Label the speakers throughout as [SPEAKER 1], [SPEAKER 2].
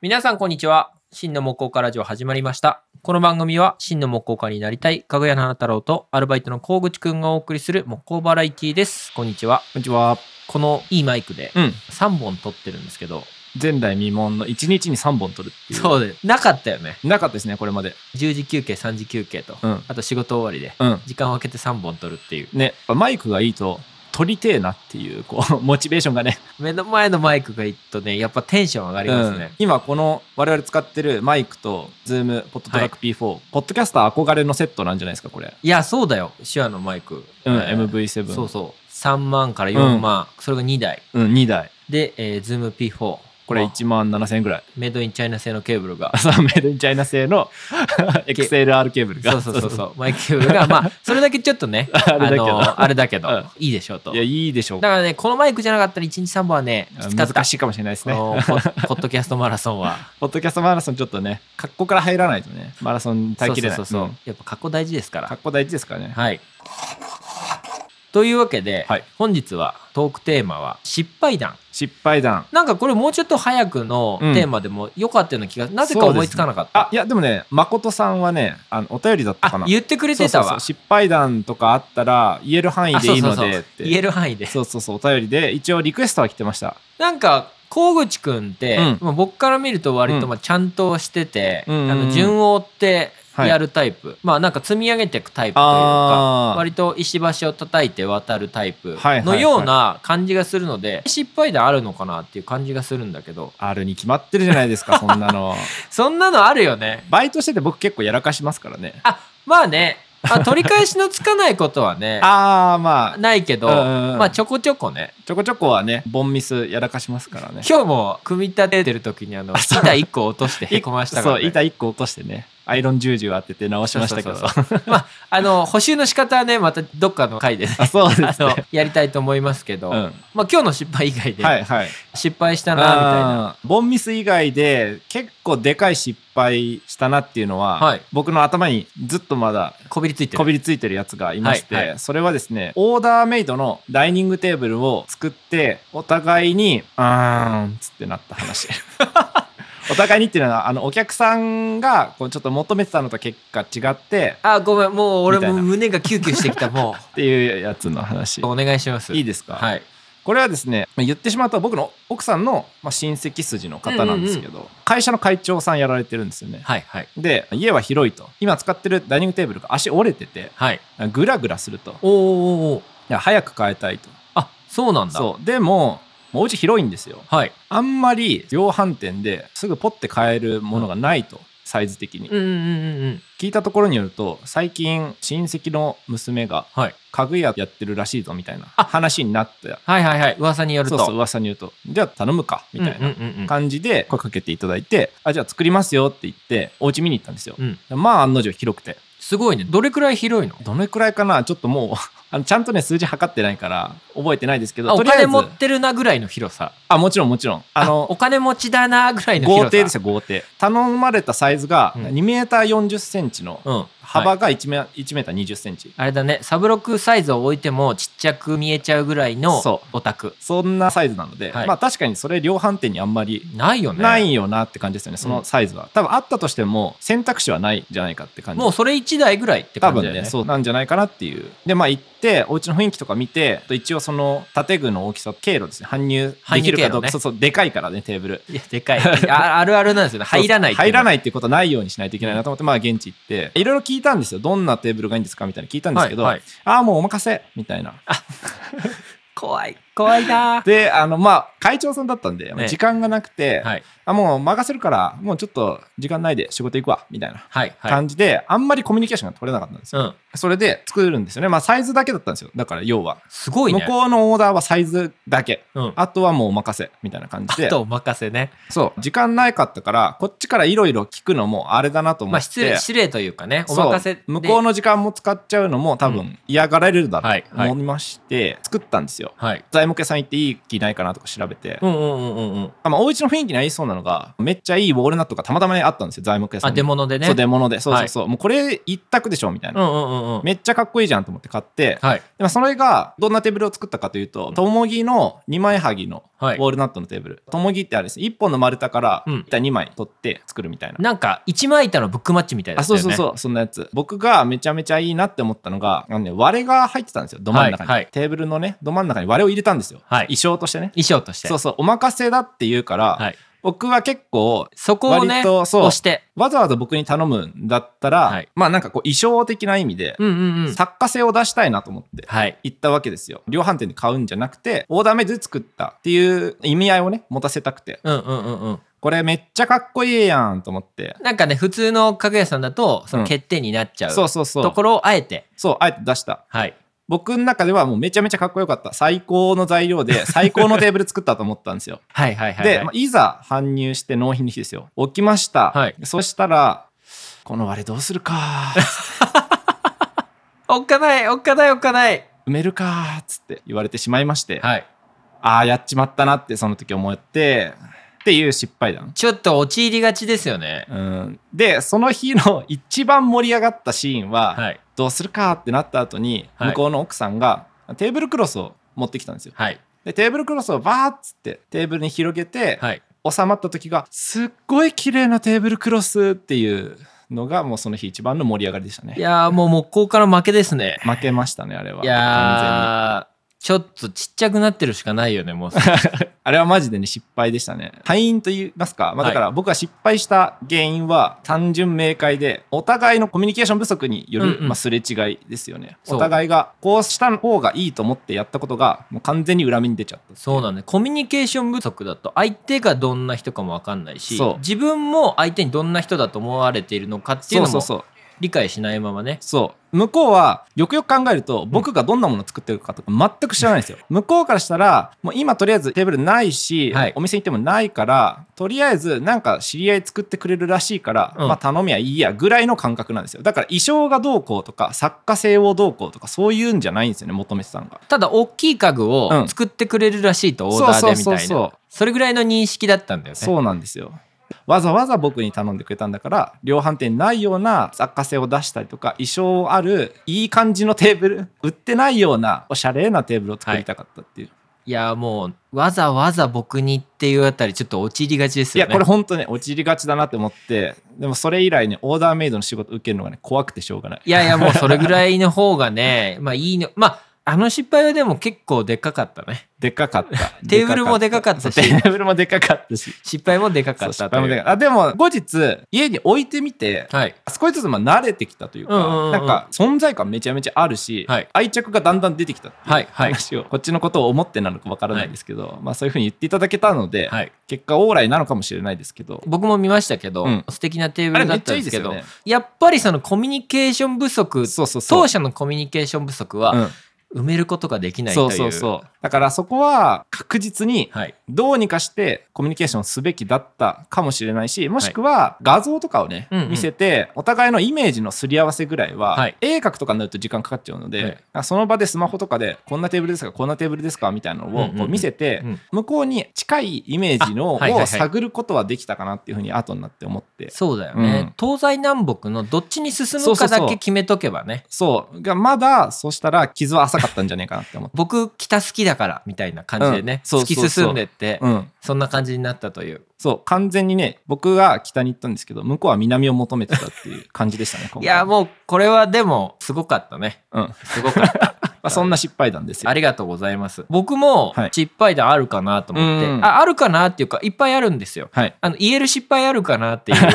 [SPEAKER 1] 皆さん、こんにちは。真の木工家ラジオ始まりました。この番組は、真の木工家になりたい、かぐやなな太郎と、アルバイトの小口くんがお送りする木工バラエティです。こんにちは。
[SPEAKER 2] こんにちは。
[SPEAKER 1] このいいマイクで
[SPEAKER 2] うん。
[SPEAKER 1] 3本撮ってるんですけど、
[SPEAKER 2] 前代未聞の1日に3本取るっていう。
[SPEAKER 1] そうです。なかったよね。
[SPEAKER 2] なかったですね、これまで。
[SPEAKER 1] 10時休憩、3時休憩と、
[SPEAKER 2] うん
[SPEAKER 1] あと仕事終わりで、
[SPEAKER 2] うん。
[SPEAKER 1] 時間を空けて3本撮るっていう。
[SPEAKER 2] ね、やっぱマイクがいいと、撮りてえなっていう、こう、 モチベーションがね。
[SPEAKER 1] 目の前のマイクがいいとね、やっぱテンション上がりますね
[SPEAKER 2] うん。今、この、我々使ってるマイクと、ズーム、ポッドトラック P4、ポッドキャスター憧れのセットなんじゃないですか、これ。
[SPEAKER 1] いや、そうだよ。手話のマイク。
[SPEAKER 2] うん、
[SPEAKER 1] えー
[SPEAKER 2] MV7。
[SPEAKER 1] そうそう。3万から4万、それが2台。
[SPEAKER 2] うん、2台。
[SPEAKER 1] で、えー、Zoom P4。
[SPEAKER 2] これ
[SPEAKER 1] まあ
[SPEAKER 2] 1万7000円ぐらい。。
[SPEAKER 1] メイドインチャイナ製のケーブルが
[SPEAKER 2] サメイドインチャイナ製 の XLR ケーブルが。
[SPEAKER 1] そうそうそうそう。 マイクケーブルが、まあ、それだけちょっと ね、あ
[SPEAKER 2] れだけど
[SPEAKER 1] の、あれだけど、
[SPEAKER 2] うん
[SPEAKER 1] いいでしょうと。
[SPEAKER 2] いや、
[SPEAKER 1] だ
[SPEAKER 2] いいでしょう。
[SPEAKER 1] からね、このマイクじゃなかったら1日3本はね、きつかった。
[SPEAKER 2] 難しいかもしれないです
[SPEAKER 1] こ
[SPEAKER 2] ね。
[SPEAKER 1] のポッ ポッドキャストマラソンは。
[SPEAKER 2] ポッドキャストマラソンちょっとね、格好から入らないとね、マラソンに耐えきれない。
[SPEAKER 1] そうそうそうそう
[SPEAKER 2] うん
[SPEAKER 1] やっぱ格好大事ですから。
[SPEAKER 2] 格好大事ですからね。
[SPEAKER 1] はい。というわけで、
[SPEAKER 2] はい
[SPEAKER 1] 本日はトークテーマは失敗談。
[SPEAKER 2] 失敗談。
[SPEAKER 1] なんかこれもうちょっと早くの
[SPEAKER 2] うん
[SPEAKER 1] テーマでもよかったような気が、なぜか思いつかなかった。
[SPEAKER 2] あ、いや、でもね、誠さんはね、あのお便りだったかな。
[SPEAKER 1] あ言ってくれてたわ。
[SPEAKER 2] そうそうそう失敗談とかあったら、言える範囲でいいの
[SPEAKER 1] あそうそう
[SPEAKER 2] で
[SPEAKER 1] そ
[SPEAKER 2] っ
[SPEAKER 1] う
[SPEAKER 2] て。
[SPEAKER 1] 言える範囲で。
[SPEAKER 2] そうそうそう、お便りで、一応リクエストは来てました。
[SPEAKER 1] なんか、河口くんって、
[SPEAKER 2] うん
[SPEAKER 1] まあ僕から見ると割とまあちゃんとしてて、
[SPEAKER 2] うん
[SPEAKER 1] あ
[SPEAKER 2] うんう
[SPEAKER 1] の
[SPEAKER 2] ん
[SPEAKER 1] 順を追って
[SPEAKER 2] はい
[SPEAKER 1] やるタイプ、まあなんか積み上げていくタイプというか。
[SPEAKER 2] あー
[SPEAKER 1] 割と石橋を叩いて渡るタイプ
[SPEAKER 2] はいはい
[SPEAKER 1] の
[SPEAKER 2] はい
[SPEAKER 1] ような感じがするので、失敗談あるのかなっていう感じがするんだけど
[SPEAKER 2] あるに決まってるじゃないです か、そんなの。
[SPEAKER 1] そんなのあるよね
[SPEAKER 2] バイトしてて僕結構やらかしますからね。
[SPEAKER 1] あまあねあ取り返しのつかないことはね
[SPEAKER 2] ああ、まあ、
[SPEAKER 1] ないけど、
[SPEAKER 2] うんうんうん
[SPEAKER 1] まあちょこちょこね
[SPEAKER 2] ちょこちょこはね、ボンミスやらかしますからね。
[SPEAKER 1] 今日も組み立ててる時にあの
[SPEAKER 2] あそう
[SPEAKER 1] 板1個落としてへこましたから、ね、
[SPEAKER 2] そう、板1個落としてね、アイロン重々当てて直しましたけど。
[SPEAKER 1] そうそまああの補修の仕方はねまたどっかの回でね
[SPEAKER 2] あ、 そうで
[SPEAKER 1] あ
[SPEAKER 2] す
[SPEAKER 1] の
[SPEAKER 2] ね。
[SPEAKER 1] やりたいと思いますけど、
[SPEAKER 2] うん。
[SPEAKER 1] まあ今日の失敗以外で、
[SPEAKER 2] はいはい。
[SPEAKER 1] 失敗したなみたいな
[SPEAKER 2] あーボンミス以外で結構でかい失敗したなっていうのは、
[SPEAKER 1] はい
[SPEAKER 2] 僕の頭にずっとまだ
[SPEAKER 1] こびりついてる
[SPEAKER 2] こびりついてるやつがいまして、
[SPEAKER 1] はいは
[SPEAKER 2] それはですねオーダーメイドのダイニングテーブルを作ってお互いに「うーん」っつってなった 話。お互いにっていうのはあのお客さんがこうちょっと求めてたのと結果違って
[SPEAKER 1] あごめんもう俺
[SPEAKER 2] みた
[SPEAKER 1] も
[SPEAKER 2] いな
[SPEAKER 1] 胸がキューキューしてきたも
[SPEAKER 2] っていうやつの話
[SPEAKER 1] う お願いします
[SPEAKER 2] いいですか、
[SPEAKER 1] はい
[SPEAKER 2] これはですねまあ言ってしまうと僕の奥さんの、まあ、親戚筋の方なんですけど、会社の会長さんやられてるんですよね。
[SPEAKER 1] はいはい
[SPEAKER 2] で家は広いと今使ってるダイニングテーブルが足折れてて
[SPEAKER 1] はい
[SPEAKER 2] グラグラするとい
[SPEAKER 1] おーおーおー
[SPEAKER 2] や早く変えたいと
[SPEAKER 1] あそうなんだ
[SPEAKER 2] そうでももうお家広いんですよ
[SPEAKER 1] はい
[SPEAKER 2] あんまり量販店ですぐポッて買えるものがないとサイズ的に
[SPEAKER 1] うんうんうんうん
[SPEAKER 2] 聞いたところによると最近親戚の娘が
[SPEAKER 1] はい
[SPEAKER 2] 家具屋やってるらしいぞみたいな
[SPEAKER 1] あ
[SPEAKER 2] 話になって
[SPEAKER 1] はいはいはい噂による
[SPEAKER 2] そ
[SPEAKER 1] と
[SPEAKER 2] うそう噂に言うとじゃあ頼むかみたい
[SPEAKER 1] うん
[SPEAKER 2] な
[SPEAKER 1] うんうんうん
[SPEAKER 2] 感じで声かけていただいてあじゃあ作りますよって言ってお家見に行ったんですよ
[SPEAKER 1] うん
[SPEAKER 2] まあ案の定広くて
[SPEAKER 1] すごいねどれくらい広いの
[SPEAKER 2] どのくらいかなちょっともう あのちゃんとね数字測ってないから覚えてないですけ
[SPEAKER 1] あ
[SPEAKER 2] ど
[SPEAKER 1] お
[SPEAKER 2] とりあえ
[SPEAKER 1] 金
[SPEAKER 2] ず
[SPEAKER 1] 持ってるなぐらいの広さ
[SPEAKER 2] あもちろんもちろんあの
[SPEAKER 1] お金持ちだなぐらいの広さ
[SPEAKER 2] 豪邸ですよ豪邸頼まれたサイズが
[SPEAKER 1] うん
[SPEAKER 2] 2メーター4 0ンチの
[SPEAKER 1] うん、は
[SPEAKER 2] 幅
[SPEAKER 1] い
[SPEAKER 2] が1メ1メーター2 0ンチ
[SPEAKER 1] あれだねサブロックサイズを置いてもちっちゃく見えちゃうぐらいの
[SPEAKER 2] そ
[SPEAKER 1] オタク
[SPEAKER 2] そんなサイズなので、
[SPEAKER 1] はい
[SPEAKER 2] まあ確かにそれ量販店にあんまり
[SPEAKER 1] ないよね
[SPEAKER 2] ないよなって感じですよねそのサイズは、多分あったとしても選択肢はないんじゃないかって感じ
[SPEAKER 1] もうそれ1台ぐらいって
[SPEAKER 2] 多
[SPEAKER 1] 感じだよ
[SPEAKER 2] 分
[SPEAKER 1] ね
[SPEAKER 2] ねそうなんじゃないかなっていうでまあ行ってお家の雰囲気とか見て一応その建具の大きさ経路ですね搬入できるかどう
[SPEAKER 1] 搬入経路
[SPEAKER 2] か、
[SPEAKER 1] ね
[SPEAKER 2] そうそうでかいからねテーブル
[SPEAKER 1] いやでかいああるあるなんですよね入らない
[SPEAKER 2] 入ら
[SPEAKER 1] い
[SPEAKER 2] ないっていうことはないようにしないといけないなと思って、まあ現地行っていろいろ聞いたんですよどんなテーブルがいいんですかみたいな聞いたんですけど、
[SPEAKER 1] はいはい
[SPEAKER 2] ああもうお任せみたいな
[SPEAKER 1] 怖い怖いなー
[SPEAKER 2] であのまあ会長さんだったんで、
[SPEAKER 1] ね
[SPEAKER 2] 時間がなくて、
[SPEAKER 1] はい
[SPEAKER 2] あもう任せるからもうちょっと時間ないで仕事行くわみたいな
[SPEAKER 1] はいはい
[SPEAKER 2] 感じで、あんまりコミュニケーションが取れなかったんですよ、
[SPEAKER 1] うん
[SPEAKER 2] それで作るんですよねまあサイズだけだったんですよだから要は、
[SPEAKER 1] すごい
[SPEAKER 2] 向
[SPEAKER 1] ね
[SPEAKER 2] こうのオーダーはサイズだけ
[SPEAKER 1] うんあ
[SPEAKER 2] あとはもうお任せみたいな感じで
[SPEAKER 1] とお任せね
[SPEAKER 2] そう時間ないかったからこっちからいろいろ聞くのもあれだなと思
[SPEAKER 1] まあ
[SPEAKER 2] って、
[SPEAKER 1] 失礼失礼というかねお任せ
[SPEAKER 2] そ
[SPEAKER 1] で
[SPEAKER 2] う向こうの時間も使っちゃうのも多
[SPEAKER 1] う
[SPEAKER 2] 分嫌がられるだ
[SPEAKER 1] はい
[SPEAKER 2] ろう
[SPEAKER 1] はい
[SPEAKER 2] と思いまして作ったんですよ
[SPEAKER 1] はい
[SPEAKER 2] 材木屋さん行っていい気ないかなとか調べて、
[SPEAKER 1] うんうんうんうんうん
[SPEAKER 2] あまあ、お家の雰囲気に合いそうなのがめっちゃいいウォールナットがたまたまにあったんですよ材木屋さん
[SPEAKER 1] あ
[SPEAKER 2] に
[SPEAKER 1] 出物でね
[SPEAKER 2] そう出物でそうそうそう、もうこれ一択でしょみたい
[SPEAKER 1] うん
[SPEAKER 2] な、
[SPEAKER 1] うんうんうん
[SPEAKER 2] めっちゃかっこいいじゃんと思って買って、
[SPEAKER 1] はい
[SPEAKER 2] でまあそれがどんなテーブルを作ったかというとトモギの二枚はぎの
[SPEAKER 1] は
[SPEAKER 2] ウ
[SPEAKER 1] い
[SPEAKER 2] ォールナットのテーブル。ともぎってあれですね、1本の丸太から
[SPEAKER 1] うん
[SPEAKER 2] 板2枚取って作るみたいな。
[SPEAKER 1] なんか一枚板のブックマッチみたいだ
[SPEAKER 2] あ
[SPEAKER 1] った
[SPEAKER 2] そ
[SPEAKER 1] よ
[SPEAKER 2] う
[SPEAKER 1] ね
[SPEAKER 2] そうそうそんなやつ僕がめちゃめちゃいいなって思ったのがあの、ね、割れが入ってたんですよど真ん中に、
[SPEAKER 1] はいはい
[SPEAKER 2] テーブルのねど真ん中に割れを入れたんですよ、
[SPEAKER 1] はい
[SPEAKER 2] 衣装としてね
[SPEAKER 1] 衣装として
[SPEAKER 2] そうそうお任せだって言うから、
[SPEAKER 1] はい
[SPEAKER 2] 僕は結構
[SPEAKER 1] そこをね
[SPEAKER 2] 割とそう
[SPEAKER 1] 押して
[SPEAKER 2] わざわざ僕に頼むんだったら、
[SPEAKER 1] はい
[SPEAKER 2] まあなんかこう衣装的な意味で、
[SPEAKER 1] うんうんうん
[SPEAKER 2] 作家性を出したいなと思って
[SPEAKER 1] はい
[SPEAKER 2] 行ったわけですよ量販店で買うんじゃなくてオーダーメイドで作ったっていう意味合いをね持たせたくて
[SPEAKER 1] うんうんうんうん
[SPEAKER 2] これめっちゃかっこいいやんと思って
[SPEAKER 1] なんかね普通の家具屋さんだとそうの
[SPEAKER 2] ん
[SPEAKER 1] 欠点になっちゃう、
[SPEAKER 2] そうそうそ
[SPEAKER 1] と
[SPEAKER 2] う
[SPEAKER 1] ころをあえて
[SPEAKER 2] そうあえて出した
[SPEAKER 1] はい
[SPEAKER 2] 僕の中ではもうめちゃめちゃかっこよかった最高の材料 で最高のテーブル作ったと思ったんですよ
[SPEAKER 1] はい はいはいはい
[SPEAKER 2] で、まあ、いざ搬入して納品の日ですよ起きました、
[SPEAKER 1] はい
[SPEAKER 2] そしたらこの割れどうするか
[SPEAKER 1] おっかないおっかないおっかない
[SPEAKER 2] 埋めるかっつって言われてしまいまして、
[SPEAKER 1] はい
[SPEAKER 2] ああやっちまったなってその時思ってっていう失敗談
[SPEAKER 1] ちょっと陥りがちですよね
[SPEAKER 2] うん、でその日の一番盛り上がったシーンは、
[SPEAKER 1] はい
[SPEAKER 2] どうするかってなった後に、
[SPEAKER 1] はい
[SPEAKER 2] 向こうの奥さんがテーブルクロスを持ってきたんですよ
[SPEAKER 1] はい
[SPEAKER 2] でテーブルクロスをバーッつってテーブルに広げて、
[SPEAKER 1] はい
[SPEAKER 2] 収まった時がすっごい綺麗なテーブルクロスっていうのがもうその日一番の盛り上がりでした
[SPEAKER 1] い
[SPEAKER 2] ね
[SPEAKER 1] やーもう木工から負けですね
[SPEAKER 2] 負けましたねあれはい
[SPEAKER 1] やーちょっとちっちゃくなってるしかないよね もう
[SPEAKER 2] 完全にあれはマジでね失敗でしたね敗因と言いますか、ま
[SPEAKER 1] は
[SPEAKER 2] あ、だ
[SPEAKER 1] い
[SPEAKER 2] から僕が失敗した原因は単純明快でお互いのコミュニケーション不足による、
[SPEAKER 1] うんうん
[SPEAKER 2] まあ、すれ違いですよね
[SPEAKER 1] そう
[SPEAKER 2] お互いがこうした方がいいと思ってやったことがもう完全に裏目に出ちゃった
[SPEAKER 1] そうなんだコミュニケーション不足だと相手がどんな人かも分かんないし
[SPEAKER 2] そう
[SPEAKER 1] 自分も相手にどんな人だと思われているのかっていう
[SPEAKER 2] そう
[SPEAKER 1] の
[SPEAKER 2] そう
[SPEAKER 1] も
[SPEAKER 2] そう
[SPEAKER 1] 理解しないままね
[SPEAKER 2] そう向こうはよくよく考えると僕がどんなものを作ってるかとか全く知らないんですよ 向こうからしたらもう今とりあえずテーブルないし、
[SPEAKER 1] はい
[SPEAKER 2] お店行ってもないからとりあえずなんか知り合い作ってくれるらしいから、
[SPEAKER 1] うん
[SPEAKER 2] まあ頼みゃいいやぐらいの感覚なんですよだから衣装がどうこうとか作家性をどうこうとかそういうんじゃないんですよね求めてたのが
[SPEAKER 1] ただ大きい家具
[SPEAKER 2] う
[SPEAKER 1] を
[SPEAKER 2] ん
[SPEAKER 1] 作ってくれるらしいとオーダーでみた
[SPEAKER 2] そうそう
[SPEAKER 1] い
[SPEAKER 2] そうそ
[SPEAKER 1] な
[SPEAKER 2] う
[SPEAKER 1] それぐらいの認識だったんだよね
[SPEAKER 2] そうなんですよわざわざ僕に頼んでくれたんだから量販店にないような作家性を出したりとか衣装あるいい感じのテーブル売ってないようなおしゃれなテーブルを作りたかったっていう、
[SPEAKER 1] いやもうわざわざ僕にっていうあたりちょっと陥りがちです
[SPEAKER 2] い
[SPEAKER 1] よ
[SPEAKER 2] や
[SPEAKER 1] ね
[SPEAKER 2] これ本当ね陥りがちだなって思ってでもそれ以来ねオーダーメイドの仕事受けるのがね怖くてしょうがない
[SPEAKER 1] いやいやもうそれぐらいの方がねまあいいのまああの失敗はでも結構でかかったね
[SPEAKER 2] でっかかった
[SPEAKER 1] テーブルもでかかったし
[SPEAKER 2] そうテーブルもでっかかったし
[SPEAKER 1] 失敗もでかか
[SPEAKER 2] そう
[SPEAKER 1] っ
[SPEAKER 2] 失
[SPEAKER 1] たと
[SPEAKER 2] 敗もで
[SPEAKER 1] い
[SPEAKER 2] か
[SPEAKER 1] う
[SPEAKER 2] かったあでも後日家に置いてみて
[SPEAKER 1] はい
[SPEAKER 2] 少しずつまあ慣れてきたというか、
[SPEAKER 1] うんうんうん
[SPEAKER 2] なんか存在感めちゃめちゃあるし、
[SPEAKER 1] はい
[SPEAKER 2] 愛着がだんだん出てきたっていう
[SPEAKER 1] はいはい
[SPEAKER 2] 話を、こっちのことを思ってなのかわからないですけど、まあそういうふうに言っていただけたので、
[SPEAKER 1] はい
[SPEAKER 2] 結果オーライなのかもしれないですけど、
[SPEAKER 1] 僕も見ましたけど、
[SPEAKER 2] うん
[SPEAKER 1] 素敵なテーブルだったんですけど
[SPEAKER 2] あれめっちゃいいです
[SPEAKER 1] やっぱりそのコミュニケーション不足
[SPEAKER 2] そうそうそう
[SPEAKER 1] 当社のコミュニケーション不足は
[SPEAKER 2] うん
[SPEAKER 1] 埋めることができないとい
[SPEAKER 2] そううそうそうだからそこは確実に
[SPEAKER 1] はい
[SPEAKER 2] どうにかしてコミュニケーションすべきだったかもしれないしもしくは画像とかをね、
[SPEAKER 1] うんうん
[SPEAKER 2] 見せてお互いのイメージのすり合わせぐらいは、
[SPEAKER 1] はい
[SPEAKER 2] 絵描くとかになると時間かかっちゃうので、
[SPEAKER 1] はい
[SPEAKER 2] なんかその場でスマホとかでこんなテーブルですかこんなテーブルですかみたいなの
[SPEAKER 1] うん
[SPEAKER 2] を
[SPEAKER 1] うんうん
[SPEAKER 2] こう見せて、
[SPEAKER 1] うん
[SPEAKER 2] 向こうに近いイメージの
[SPEAKER 1] あはいはいはい
[SPEAKER 2] を探ることはできたかなっていうふうに後になって思って。
[SPEAKER 1] そうだよね、
[SPEAKER 2] うん
[SPEAKER 1] 東西南北のどっちに進
[SPEAKER 2] そ
[SPEAKER 1] む
[SPEAKER 2] うそ
[SPEAKER 1] か
[SPEAKER 2] うそう
[SPEAKER 1] だけ決めとけばね
[SPEAKER 2] そうがまだそしたら傷は浅かったんじゃねえかなって思って、
[SPEAKER 1] 僕北好きだからみたいな感じでね、
[SPEAKER 2] うんそうそうそう
[SPEAKER 1] 突き進んでって、
[SPEAKER 2] うん、
[SPEAKER 1] そんな感じになったという
[SPEAKER 2] そう完全にね僕が北に行ったんですけど向こうは南を求めてたっていう感じでしたね今回
[SPEAKER 1] いやもうこれはでもすごかったね
[SPEAKER 2] うんます
[SPEAKER 1] ごか った
[SPEAKER 2] あ、そんな失敗談ですよ
[SPEAKER 1] ありがとうございます僕も
[SPEAKER 2] はい
[SPEAKER 1] 失敗談あるかなと思って、
[SPEAKER 2] うん
[SPEAKER 1] ああるかなっていうかいっぱいあるんですよ
[SPEAKER 2] はい
[SPEAKER 1] あの言える失敗あるかなっていう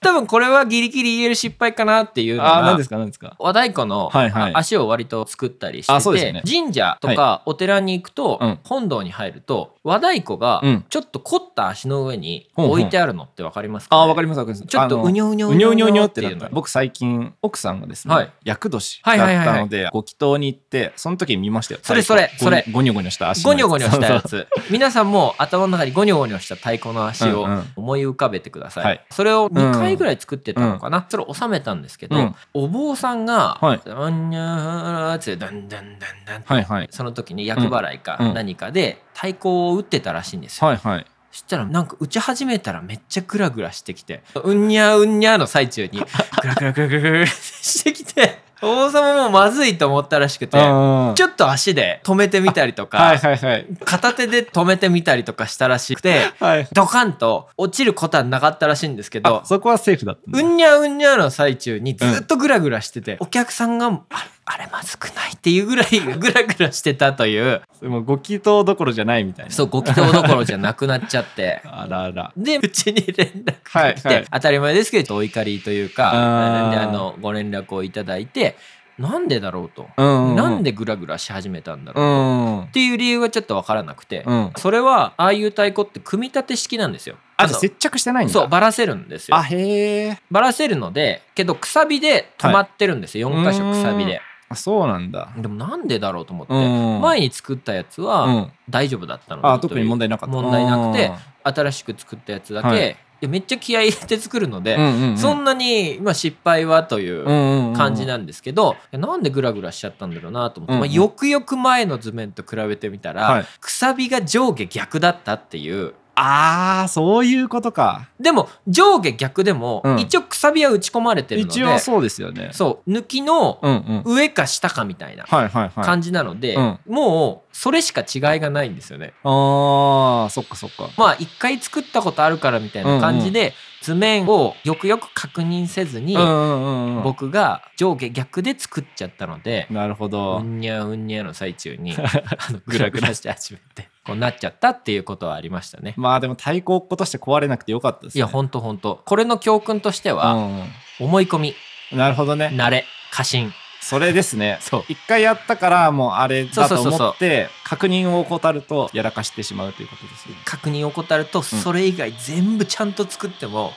[SPEAKER 1] 多分これはギリギリ言える失敗かなっていうの
[SPEAKER 2] あー、何
[SPEAKER 1] が
[SPEAKER 2] ですか、何ですか。
[SPEAKER 1] 和太鼓の、
[SPEAKER 2] はいはい
[SPEAKER 1] あ足を割と作ったりして
[SPEAKER 2] あそうで
[SPEAKER 1] て、
[SPEAKER 2] すね
[SPEAKER 1] 神社とかお寺に行くと、
[SPEAKER 2] うん
[SPEAKER 1] 本堂に入ると和太鼓が
[SPEAKER 2] うん
[SPEAKER 1] ちょっと凝った足の上に
[SPEAKER 2] ほんほん
[SPEAKER 1] 置いてあるのって分かりますか、ね
[SPEAKER 2] あー、わかります、わかります。
[SPEAKER 1] ちょっ
[SPEAKER 2] あ
[SPEAKER 1] と
[SPEAKER 2] の
[SPEAKER 1] うにょうにょ
[SPEAKER 2] うにょうにょうにょって
[SPEAKER 1] い
[SPEAKER 2] な
[SPEAKER 1] う
[SPEAKER 2] った
[SPEAKER 1] の。
[SPEAKER 2] 僕最近奥さんがですね、
[SPEAKER 1] はい
[SPEAKER 2] 厄年だ
[SPEAKER 1] はいはいはいはい
[SPEAKER 2] ったのでご祈祷に行ってその時見ましたよ
[SPEAKER 1] それそれ
[SPEAKER 2] 太鼓
[SPEAKER 1] それ
[SPEAKER 2] ゴニョゴニョした足の
[SPEAKER 1] ゴ
[SPEAKER 2] やつ
[SPEAKER 1] ニョゴニョしたや
[SPEAKER 2] そう
[SPEAKER 1] つ皆さんも頭の中にゴニョゴニョした太鼓の足を
[SPEAKER 2] うんうん
[SPEAKER 1] 思い浮かべてください、
[SPEAKER 2] はい
[SPEAKER 1] それを2回ぐらい作ってたのかな、それを収めたんですけど、
[SPEAKER 2] うん
[SPEAKER 1] お坊さんが「
[SPEAKER 2] はい
[SPEAKER 1] あんにゃーってダンダンダンダンって、
[SPEAKER 2] はいはい
[SPEAKER 1] その時に厄払いか
[SPEAKER 2] うん
[SPEAKER 1] 何かで太鼓を打ってたらしいんですよ、
[SPEAKER 2] はいはい
[SPEAKER 1] そしたらなんか打ち始めたらめっちゃ グラグラしてきて「うんにゃうんにゃ」の最中にグラグラグラグラグラしてきて王様もまずいと思ったらしくて、
[SPEAKER 2] うんうん
[SPEAKER 1] ちょっと足で止めてみたりとか、
[SPEAKER 2] はいはいはい。
[SPEAKER 1] 片手で止めてみたりとかしたらしくて、
[SPEAKER 2] はい。
[SPEAKER 1] ドカンと落ちることはなかったらしいんですけど
[SPEAKER 2] あ、そこはセーフだったんだ
[SPEAKER 1] うんにゃうんにゃの最中にずっとグラグラしてて、お客さんがああれまずくないっていうぐらい グラグラしてたという
[SPEAKER 2] もうご祈祷どころじゃないみたいな。
[SPEAKER 1] そうご祈祷どころじゃなくなっちゃって
[SPEAKER 2] あらあら。
[SPEAKER 1] でうちに連絡
[SPEAKER 2] はい
[SPEAKER 1] 来て、
[SPEAKER 2] はい。
[SPEAKER 1] 当たり前ですけどお怒りという
[SPEAKER 2] あ
[SPEAKER 1] か
[SPEAKER 2] ー
[SPEAKER 1] であのご連絡をいただいてなんでだろうと、
[SPEAKER 2] うん
[SPEAKER 1] なん
[SPEAKER 2] で
[SPEAKER 1] でグラグラし始めたんだろう、
[SPEAKER 2] う
[SPEAKER 1] っ
[SPEAKER 2] ん。うん。
[SPEAKER 1] ていう理由がちょっとわからなくて、
[SPEAKER 2] あ
[SPEAKER 1] それはああいう太鼓って組み立て式なんですよ。
[SPEAKER 2] じゃあ
[SPEAKER 1] の
[SPEAKER 2] 接着してないんだ。
[SPEAKER 1] そう。バラせるんですよ
[SPEAKER 2] あ、へえ。
[SPEAKER 1] バラせるのでけどくさびで止まってるんですよ、
[SPEAKER 2] はい
[SPEAKER 1] 4箇所くさびで
[SPEAKER 2] あそうなんだ。
[SPEAKER 1] でもなんでだろうと思って、
[SPEAKER 2] うん
[SPEAKER 1] 前に作ったやつ
[SPEAKER 2] う
[SPEAKER 1] は
[SPEAKER 2] ん。
[SPEAKER 1] 大丈夫だったのに
[SPEAKER 2] あ、特に問
[SPEAKER 1] 題
[SPEAKER 2] 題なかった。
[SPEAKER 1] 問題なくて
[SPEAKER 2] うん
[SPEAKER 1] 新しく作ったやつだけ、
[SPEAKER 2] はい
[SPEAKER 1] いやめっちゃ気合い入れて作るので、
[SPEAKER 2] うんうんうん、
[SPEAKER 1] そんなに、まあ、失敗はという感じ
[SPEAKER 2] ん
[SPEAKER 1] なんですけど、いやなんでグラグラしちゃったんだろうなと思って、
[SPEAKER 2] うんうん
[SPEAKER 1] まあ、よくよく前の図面と比べてみたら、
[SPEAKER 2] はい
[SPEAKER 1] くさびが上下逆だったっていう
[SPEAKER 2] ああそういうことか
[SPEAKER 1] でも上下逆でも、
[SPEAKER 2] うん
[SPEAKER 1] 一応くさびは打ち込まれてるので
[SPEAKER 2] 一応そうですよね
[SPEAKER 1] そう抜きの
[SPEAKER 2] うんうん
[SPEAKER 1] 上か下かみたいな
[SPEAKER 2] はいはいはい
[SPEAKER 1] 感じなので、
[SPEAKER 2] うん
[SPEAKER 1] もうそれしか違いがないんですよね。
[SPEAKER 2] ああそっかそっか
[SPEAKER 1] まあ一回作ったことあるからみたいな感じで、図面をよくよく確認せずに、
[SPEAKER 2] うんうんうんうん
[SPEAKER 1] 僕が上下逆で作っちゃったので、
[SPEAKER 2] なるほ
[SPEAKER 1] う
[SPEAKER 2] ど
[SPEAKER 1] んにゃうんにゃの最中 にあのグラグラして始めてこうなっちゃったっていうことはありましたね。
[SPEAKER 2] まあでも太鼓落っことして壊れなくてよかったです、ね、
[SPEAKER 1] いやほんとほんとこれの教訓としては、
[SPEAKER 2] うん
[SPEAKER 1] 思い込み
[SPEAKER 2] うんなるほどね
[SPEAKER 1] 慣れ過信
[SPEAKER 2] それですね
[SPEAKER 1] そう
[SPEAKER 2] 一回やったからもうあれだと
[SPEAKER 1] そうそうそう
[SPEAKER 2] 思
[SPEAKER 1] そう
[SPEAKER 2] って確認を怠るとやらかしてしまうということですよね
[SPEAKER 1] 確認を怠るとそれ以外全部ちゃんと作っても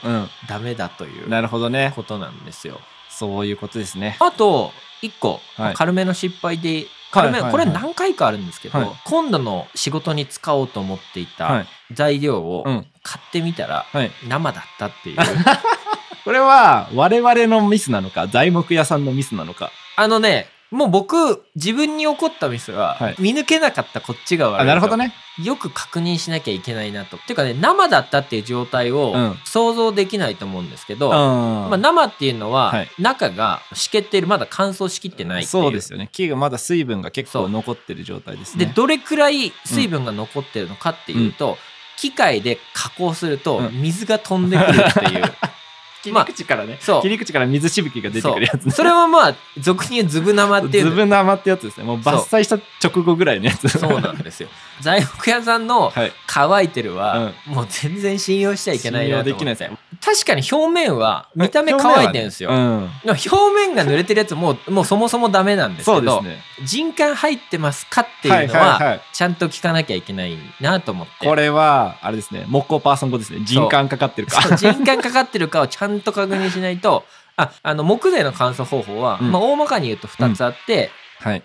[SPEAKER 1] ダメだという
[SPEAKER 2] うんなるほどね
[SPEAKER 1] ことなんですよ。
[SPEAKER 2] そういうことですね
[SPEAKER 1] あと1個、
[SPEAKER 2] はい
[SPEAKER 1] 軽めの失敗で軽め、
[SPEAKER 2] はいはいはい
[SPEAKER 1] これ何回かあるんですけど、
[SPEAKER 2] はい
[SPEAKER 1] 今度の仕事に使おうと思ってい
[SPEAKER 2] は
[SPEAKER 1] た
[SPEAKER 2] い
[SPEAKER 1] 材料を
[SPEAKER 2] うん
[SPEAKER 1] 買ってみたら
[SPEAKER 2] はい
[SPEAKER 1] 生だったっていう
[SPEAKER 2] これは我々のミスなのか材木屋さんのミスなのか
[SPEAKER 1] あのねもう僕自分に起こったミスは、
[SPEAKER 2] はい
[SPEAKER 1] 見抜けなかったこっちが悪いと
[SPEAKER 2] あなるほどね
[SPEAKER 1] よく確認しなきゃいけないなとっていうかね生だったっていう状態を
[SPEAKER 2] うん
[SPEAKER 1] 想像できないと思うんですけど、ま
[SPEAKER 2] ま
[SPEAKER 1] あ、生っていうのは、
[SPEAKER 2] はい
[SPEAKER 1] 中が湿気っているまだ乾燥しきってないっていう
[SPEAKER 2] そうですよね木がまだ水分が結
[SPEAKER 1] そ
[SPEAKER 2] 構
[SPEAKER 1] う
[SPEAKER 2] 残ってる状態です
[SPEAKER 1] で
[SPEAKER 2] ね
[SPEAKER 1] どれくらい水分が残ってるのかっていうと、機械で加工すると
[SPEAKER 2] うん
[SPEAKER 1] 水が飛んでくるっていう、
[SPEAKER 2] 切
[SPEAKER 1] まあ
[SPEAKER 2] り口からね、
[SPEAKER 1] そう
[SPEAKER 2] 切り口から水しぶきが出て
[SPEAKER 1] そ
[SPEAKER 2] くるやつね
[SPEAKER 1] うそれはまあ俗に言うズブ生ってい
[SPEAKER 2] ず
[SPEAKER 1] う
[SPEAKER 2] ぶ生ってやつですねもう伐採した直後ぐらいのやつ
[SPEAKER 1] そうなんですよ材木屋さんの
[SPEAKER 2] はい
[SPEAKER 1] 乾いてるは、もう全然信用しちゃいけないなと
[SPEAKER 2] 信
[SPEAKER 1] 思
[SPEAKER 2] 用でき
[SPEAKER 1] っ
[SPEAKER 2] ない
[SPEAKER 1] て
[SPEAKER 2] ですね
[SPEAKER 1] 確かに表面は見た目乾いてるんですよ、
[SPEAKER 2] 表面はね
[SPEAKER 1] でも表面が濡れてるやつもうもうそもそもダメなんで
[SPEAKER 2] うん
[SPEAKER 1] すけ
[SPEAKER 2] そうで
[SPEAKER 1] ど
[SPEAKER 2] すね
[SPEAKER 1] 人感入ってますかって
[SPEAKER 2] は
[SPEAKER 1] いう
[SPEAKER 2] い
[SPEAKER 1] の
[SPEAKER 2] はい
[SPEAKER 1] は
[SPEAKER 2] はい
[SPEAKER 1] ちゃんと聞かなきゃいけないなと思って、
[SPEAKER 2] これはあれですね木工パーソン語ですね人感かかってるか
[SPEAKER 1] そう人感かかってるかをちゃんと確認しないとああの木材の乾燥方法は、
[SPEAKER 2] うん
[SPEAKER 1] まあ、大まかに言うと2つあって、
[SPEAKER 2] はい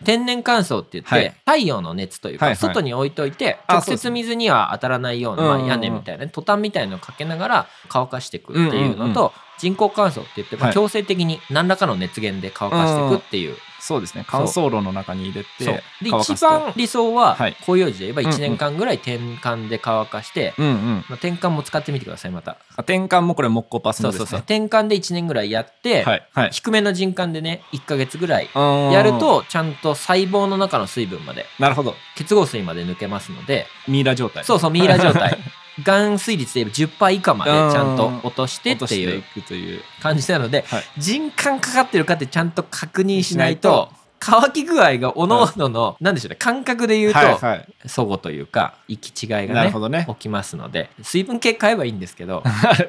[SPEAKER 1] 天然乾燥って言って、
[SPEAKER 2] はい
[SPEAKER 1] 太陽の熱というか、
[SPEAKER 2] はいはい
[SPEAKER 1] 外に置いといて
[SPEAKER 2] あ
[SPEAKER 1] 直
[SPEAKER 2] そうです
[SPEAKER 1] 接
[SPEAKER 2] ね
[SPEAKER 1] 水には当たらないようなまあ
[SPEAKER 2] うんうんうん
[SPEAKER 1] 屋根みたいなねトタンみたいのをかけながら乾かしていくっていうのと、
[SPEAKER 2] うんうんう
[SPEAKER 1] 人工乾燥って言って、まあ
[SPEAKER 2] はい
[SPEAKER 1] 強制的に何らかの熱源で乾かしていくっていう。
[SPEAKER 2] そうですね乾燥炉の中に入れ
[SPEAKER 1] そう
[SPEAKER 2] て
[SPEAKER 1] で
[SPEAKER 2] 乾かすと
[SPEAKER 1] 一番理想は、
[SPEAKER 2] はい
[SPEAKER 1] 紅葉樹で言えば
[SPEAKER 2] うんうん
[SPEAKER 1] 1年間ぐらい転換で乾かして、
[SPEAKER 2] うんうん
[SPEAKER 1] まあ、転換も使ってみてくださいまた。
[SPEAKER 2] 転換もこれ木工パーソン
[SPEAKER 1] そうそ
[SPEAKER 2] 語で
[SPEAKER 1] う
[SPEAKER 2] す
[SPEAKER 1] そう
[SPEAKER 2] ね
[SPEAKER 1] 転換で1年ぐらいやって、
[SPEAKER 2] はいはい
[SPEAKER 1] 低めの人感でね1ヶ月ぐらいや
[SPEAKER 2] や
[SPEAKER 1] るとちゃんと細胞の中の水分まで
[SPEAKER 2] なるほど
[SPEAKER 1] 結合水まで抜けますので
[SPEAKER 2] ミイラ状態
[SPEAKER 1] そうそうミイラ状 態含水率で言えば10%以下までちゃんと落としてっ
[SPEAKER 2] 落と
[SPEAKER 1] て
[SPEAKER 2] して
[SPEAKER 1] い
[SPEAKER 2] いうくという
[SPEAKER 1] 感じなので、
[SPEAKER 2] はい
[SPEAKER 1] 人感かかってるかってちゃんと確認しないと乾き具合がおのおのの、なんでしょうね感覚で言うと、
[SPEAKER 2] はいはい
[SPEAKER 1] 相互というか行き違い
[SPEAKER 2] な
[SPEAKER 1] が
[SPEAKER 2] る
[SPEAKER 1] ね
[SPEAKER 2] ほどね
[SPEAKER 1] 起きますので水分計買えばいいんですけ ど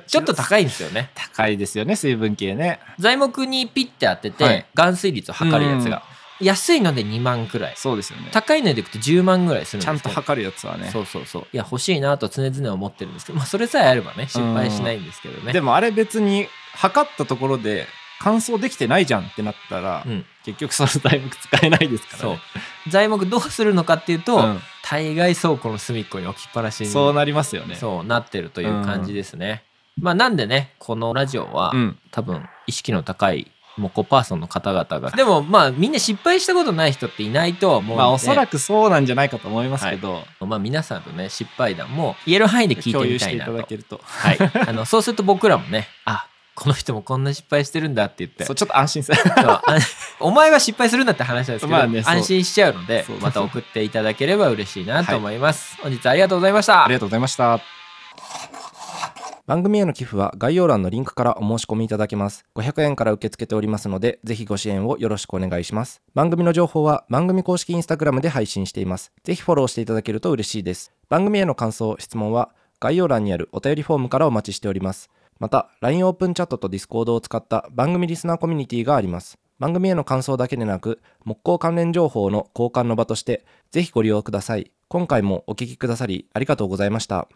[SPEAKER 1] ちょっと高いんですよね
[SPEAKER 2] 高いですよね水分系ね
[SPEAKER 1] 材木にピッて当てて、
[SPEAKER 2] はい
[SPEAKER 1] 含水率を測るやつが、安いので2万くらい
[SPEAKER 2] そうですよね
[SPEAKER 1] 高いのでいくと10万くらいするんで
[SPEAKER 2] ち
[SPEAKER 1] す
[SPEAKER 2] ゃ
[SPEAKER 1] よ
[SPEAKER 2] んと測るやつはね
[SPEAKER 1] そうそうそういや欲しいなと常々思ってるんですけど、まあ、それさえあればね失敗しないんですけどね
[SPEAKER 2] でもあれ別に測ったところで乾燥できてないじゃんってなったら、
[SPEAKER 1] うん
[SPEAKER 2] 結局その材木使えないですから、
[SPEAKER 1] そう
[SPEAKER 2] ね、
[SPEAKER 1] 材木どうするのかっていうと、
[SPEAKER 2] ん
[SPEAKER 1] 大概倉庫の隅っこに置きっぱなしに
[SPEAKER 2] そうなりますよね
[SPEAKER 1] そうなってるという感じですね、まあなんでねこのラジオは、
[SPEAKER 2] ん、
[SPEAKER 1] 多分意識の高いもうコパーソンの方々 がでもまあみんな失敗したことない人っていないとは思うので、
[SPEAKER 2] まあおそらくそうなんじゃないかと思いますけど、
[SPEAKER 1] まあ、皆さんとね失敗談も言える範囲で聞い
[SPEAKER 2] 共
[SPEAKER 1] て
[SPEAKER 2] 有
[SPEAKER 1] み
[SPEAKER 2] したて
[SPEAKER 1] い
[SPEAKER 2] い
[SPEAKER 1] な
[SPEAKER 2] た
[SPEAKER 1] と
[SPEAKER 2] だけると
[SPEAKER 1] はい、あのそうすると僕らもねあこの人もこんな失敗してるんだって言って
[SPEAKER 3] そうちょっと安心する
[SPEAKER 1] そうあんお前は失敗するんだって話なんですけど、
[SPEAKER 3] まあねそう
[SPEAKER 1] 安心しちゃうので
[SPEAKER 3] そう
[SPEAKER 1] また送っていただければ嬉しいなと思います、本日ありがとうございました
[SPEAKER 3] ありがとうございました
[SPEAKER 2] 番組への寄付は概要欄のリンクからお申し込みいただけます。500円から受け付けておりますので、ぜひご支援をよろしくお願いします。番組の情報は番組公式インスタグラムで配信しています。ぜひフォローしていただけると嬉しいです。番組への感想、質問は概要欄にあるお便りフォームからお待ちしております。また、LINE オープンチャットと Discord を使った番組リスナーコミュニティがあります。番組への感想だけでなく、木工関連情報の交換の場として、ぜひご利用ください。今回もお聞きくださりありがとうございました。